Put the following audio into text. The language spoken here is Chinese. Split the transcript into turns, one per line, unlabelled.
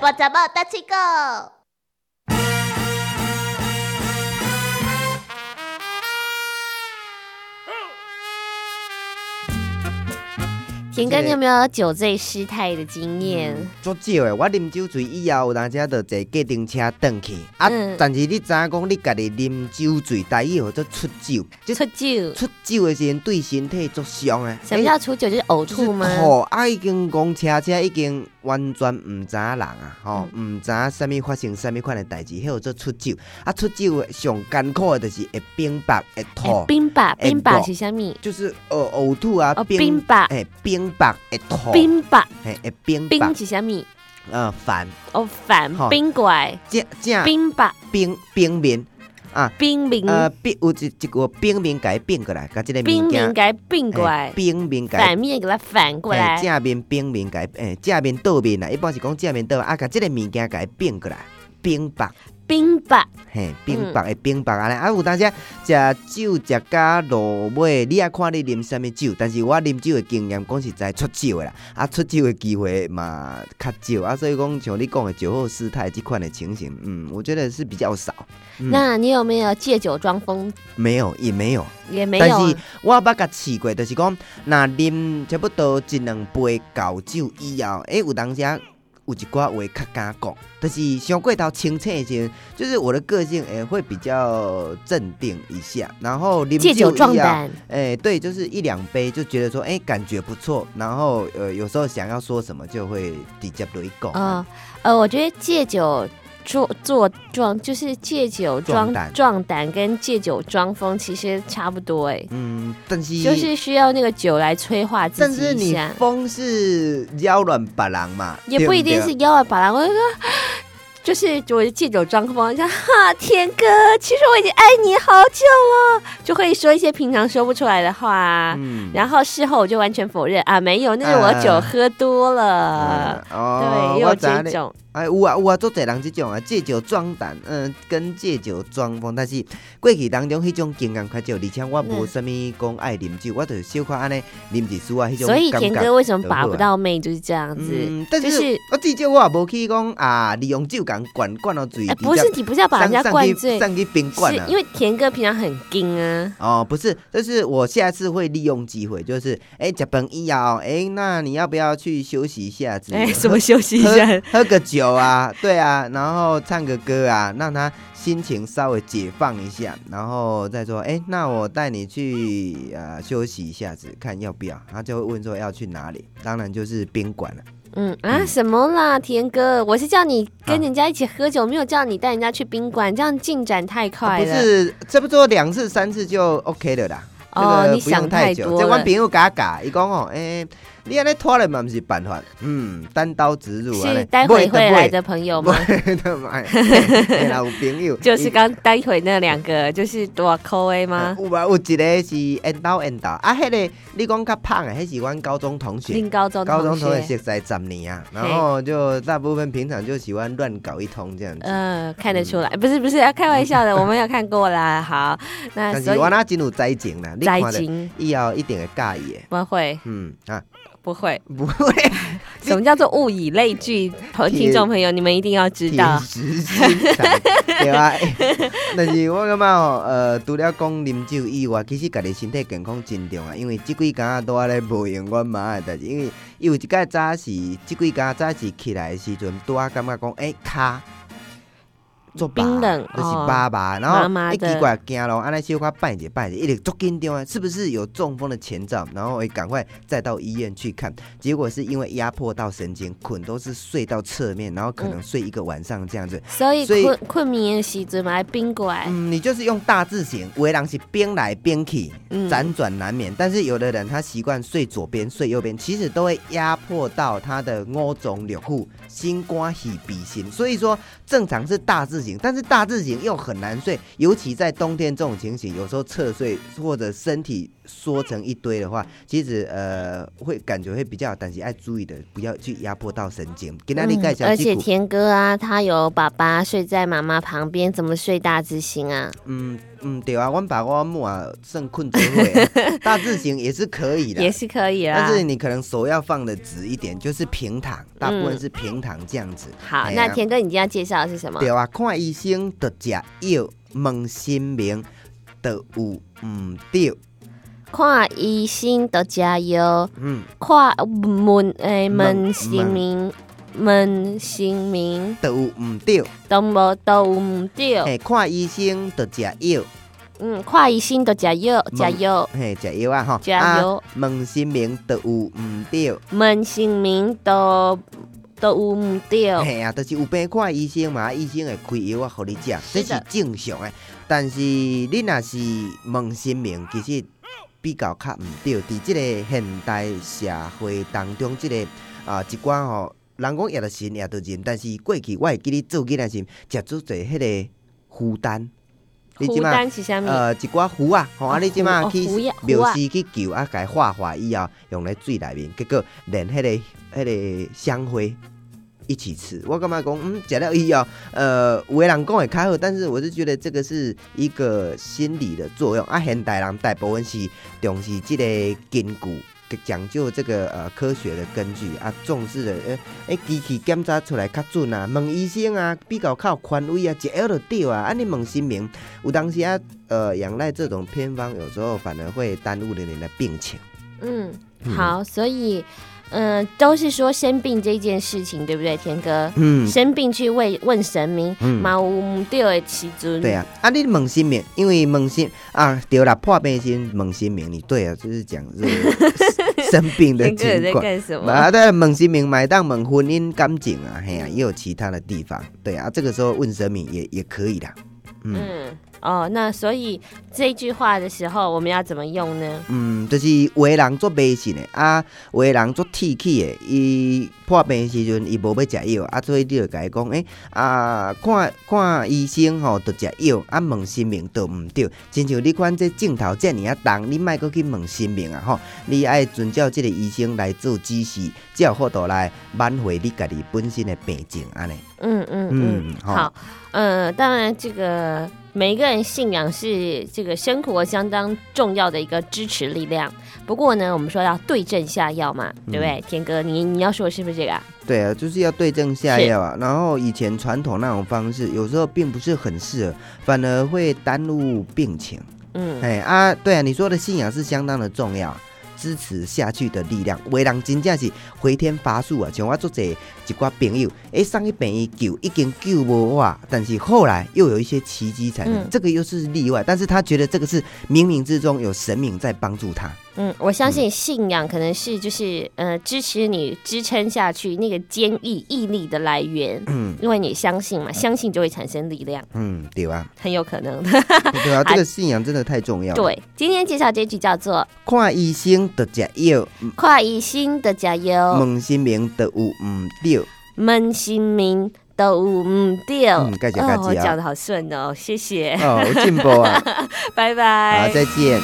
瓜杂猫大气狗。田哥，你有没有酒醉失态的经验？
足少诶，我啉酒醉以后，有当时就坐计程车转去。啊，
嗯
但是你知影讲，你家己啉酒醉，台语叫做出酒。即
出酒？
出酒诶时阵，对身体足伤诶。
什么叫出酒？就是呕
就是
吐吗？
吼，啊，已经讲车车已经完全毋知影人啊，吼，毋、
嗯
知影啥物发生啥物款诶代志，迄有做出酒。啊，出酒的上艰苦诶，就是会冰白，会
哎，
吐，
冰吧，
哎
冰吧
不
是啥物？
就是呃呕吐啊
哦，，冰吧，
诶，冰白会吐，
冰吧，
嘿，会冰白
冰，是啥物？
呃，烦。
哦，反
好
冰怪，
正正
冰吧，
冰冰面啊，
冰明，
呃，冰有一一个冰面改变过来，甲即个
冰
物
明
件，
改冰
哎
怪，
冰面改
反。面给它反过来
哎，正面冰面改，诶、正面倒面啦，一般是讲正面倒，啊，甲即个物件改变过来，冰白，
冰吧，
嘿，冰
嗯
白的冰白安尼。啊，有当时食酒食到落尾，你也看你啉啥物酒，但是我啉酒的经验讲实在出酒的啦，啊，出酒的机会嘛较少，啊，所以讲像你讲的酒后失态即款的情形，嗯，我觉得是比较少。嗯
那你有没有借酒装疯？
没有，也没有。
也没
但
有啊
是，我捌甲试过，就是讲，若啉差不多一两杯高酒以后，诶、有当时啊有一寡话较敢讲，就是伤过头清醒的时候，就是我的个性诶、会比较镇定一下，然后啉
借酒
酒
壮
以后，
胆，
诶、对，就是一两杯就觉得说，诶、欸感觉不错，然后呃，有时候想要说什么就会直接对讲，
啊，呃，我觉得借酒做做装，就是借酒装
壮胆
壮胆，跟借酒装疯其实差不多哎，
嗯，但是
就是需要那个酒来催化自
但是
己一
你
下，
风是扰乱别人嘛，
也
对
不一
对
定是腰啊把啦，我就说。就是我借酒装疯，像哈天哥，其实我已经爱你好久了，就会说一些平常说不出来的话啊、
嗯
然后事后我就完全否认啊，没有，那是我酒
啊
喝多了
嗯，
呃
哦，
对，也
我
有
知道
这
你
种，
哎，有啊有啊，做侪人即种啊，借酒壮胆，嗯，跟借酒装疯，但是过去当中迄种经验较少，而且我无
嗯
啥物讲爱啉酒，我就是小可安尼啉一输啊，迄种
所以
感
田
觉
哥为什么
就
把
好
不
啊
到妹就是这样子？
嗯，但、
就是是
我至少我也无去讲啊，利用酒共灌灌到醉，
哎，不是，你不是要把人家灌醉，
上去宾
是
馆啊
因。为田哥平常很硬啊。
哦，不是，就是我下次会利用机会，就是哎，甲本一啊，哎，那你要不要去休息一下之类
哎，
的？
什么休息一下？
啊喝喝个酒啊， 对啊，然后唱个歌啊，让他心情稍微解放一下，然后再说，哎、那我带你去呃休息一下子，看要不要？他就会问说要去哪里，当然就是宾馆了。
嗯啊，
嗯
什么啦，田哥，我是叫你跟
啊
人家一起喝酒，没有叫你带人家去宾馆，这样进展太
啊
快
不
了。
是，差不多两次三次就 OK 了啦。
哦，
这个
你
不用
想
太久
多
这我
了
朋。友嘎嘎，伊讲哦，诶、你安尼拖了嘛，不是办法。嗯，单刀直入啊。
是待会会来的朋友
有
吗
吗？？ 哎，老朋友
就是刚待会那两个，就是多扣 A 吗
啊？有啊，有一个是缘投缘投，啊，迄、个你讲较胖的，迄是阮高中同学
另，高中
高中
同
同
学，
学熟识十年啊，然后就大部分平常就喜欢乱搞一通这样子。
嗯，看得出来，不是不是，开玩笑的， 我们有看过啦。好，那
但
所
是
以
我那真有啊灾情啦，你
灾
看了
情
以后一定会介意的。
不会
嗯啊，
不会，
不会，
什么叫做物以类聚？朋
铁
听众朋友，你们一定要知道
铁。石心肠， 对吧？欸但是我感觉哦，呃，除了讲啉酒以外，其实家己身体健康真重要，因为即几工啊，拄仔咧无闲阮妈的代志，因为伊有一届早是即几工早是起来的时阵，拄仔感觉讲，诶、骹做
冰冷
就是
哦
巴巴，然
麻麻
后一哎
的
奇怪惊咯，安尼小可拜一下拜一下，一直足紧张啊，是不是有中风的前兆？然后会赶快再到医院去看，结果是因为压迫到神经，捆都是睡到侧面，然后可能睡一个晚上这样子。
所以
所以
困困眠的时阵嘛，冰过来。
嗯，你就是用大字型，有的人是边来边去，
嗯
辗转难眠。但是有的人他习惯睡左边、睡右边，其实都会压迫到他的五脏六腑、心肝脾鼻心。所以说，正常是大字型，但是大字型又很难睡，尤其在冬天这种情形，有时候侧睡或者身体缩成一堆的话，其实呃会感觉会比较有担心，爱注意的不要去压迫到神经。给那你盖小
嗯而且
肌骨，
田哥啊，他有爸爸睡在妈妈旁边，怎么睡大字型啊？
嗯，嗯，对啊，我把我母啊肾困住 会，啊大字型也是可以的，
也是可以啦。
但是你可能手要放的直一点，就是平躺，大部分是平躺这样子。
好，
哎呀
那田哥，你今天要介绍的是什么？
对啊，看医生得食药，问心明得有毋对，
看医生得加油，
嗯，
看问诶
问
问姓哎名，问姓名
得有毋对。
都无都唔对。哦
嘿，看医生得食药，
嗯，看医生得加油，加油，
嘿，食药啊吼，
加
啊，
油。
问心明得有毋对，
问姓名都都有唔对。
嘿啊，就是有病看医生嘛，啊医生会开药啊，互你食，这
是的
是正常诶。但是你若是问心明，其实比较较毋对。伫即个现代社会当中，即、个啊一寡吼，人讲也着信也着认，但是过去我会记咧做囡仔时，食足侪迄个负担，你
孤
即摆。
单是啥物？
呃，一寡符啊，吼、啊，你即
符
马
哦
去
符呀符
庙
啊
师去求啊，甲伊化化以后，用咧水内面，结果连迄、个迄、个香灰一起吃。我感觉讲，嗯，食了以后，呃，有的人讲会较好，但是我是觉得这个是一个心理的作用啊。现代人大部分是重视即个根据。讲究这个呃科学的根据啊，重视的呃，诶，机器检查出来较准啊，问医生啊，比较靠权威啊，一下就对啊。啊，你问神明，有当时啊，呃，仰赖这种偏方，有时候反而会耽误了你的病情。
嗯，
嗯
好，所以嗯、呃都是说生病这件事情，对不对，田哥？
嗯，
生病去问问神明，
嗯
嘛有唔对的时阵，
对，啊，啊，你问神明，因为问神啊，对啦，破病先问神明，你对啊，就是讲这个生病 的
田哥有
情
在
况。
干什么？
啊，对，问神明买当问婚姻感情啊，嘿啊，也有其他的地方，对啊，这个时候问神明也也可以的，嗯
嗯，哦，那所以这句话的时候，我们要怎么用呢？
嗯，就是有的人做迷信的，啊，有的人做铁气的，伊破病的时阵，伊无要食药，啊，所以你就甲伊讲，诶、啊，看看医生吼，着食药，啊，问神明着毋对，亲像你看这镜头遮尔啊重，你莫阁去问神明啊吼，你爱遵照即个医生来做指示，才有法度来挽回你家己本身的病情安尼。
嗯嗯嗯，
嗯好
好，嗯，当然这个。每一个人信仰是这个生活相当重要的一个支持力量。不过呢，我们说要对症下药嘛，
嗯
对不对？田哥，你你要说的是不是这个、啊？
对啊，就是要对症下药啊。然后以前传统那种方式，有时候并不是很适合，反而会耽误病情。
嗯，
哎啊，对啊，你说的信仰是相当的重要，支持下去的力量，为人真正是回天乏术啊！像我做者一寡朋友，哎，上一病医救已经救无我，但是后来又有一些奇迹产生，
嗯
这个又是例外，但是他觉得这个是冥冥之中有神明在帮助他。
嗯，我相信信仰可能是就是呃支持你支撑下去那个坚毅毅力的来源，
嗯
因为你相信嘛，相信就会产生力量，
嗯，对啊，
很有可能的。
对啊，这个信仰真的太重要了。
对，今天介绍这句叫做
看医生得食药，
“快一心的加油，
问神明得有毋对，
扪心明都有唔对”。
嗯，该食该
哦，我
食
讲
啊，
的好顺哦，谢谢，
哦，有进步啊，
拜
好
拜。，
再见。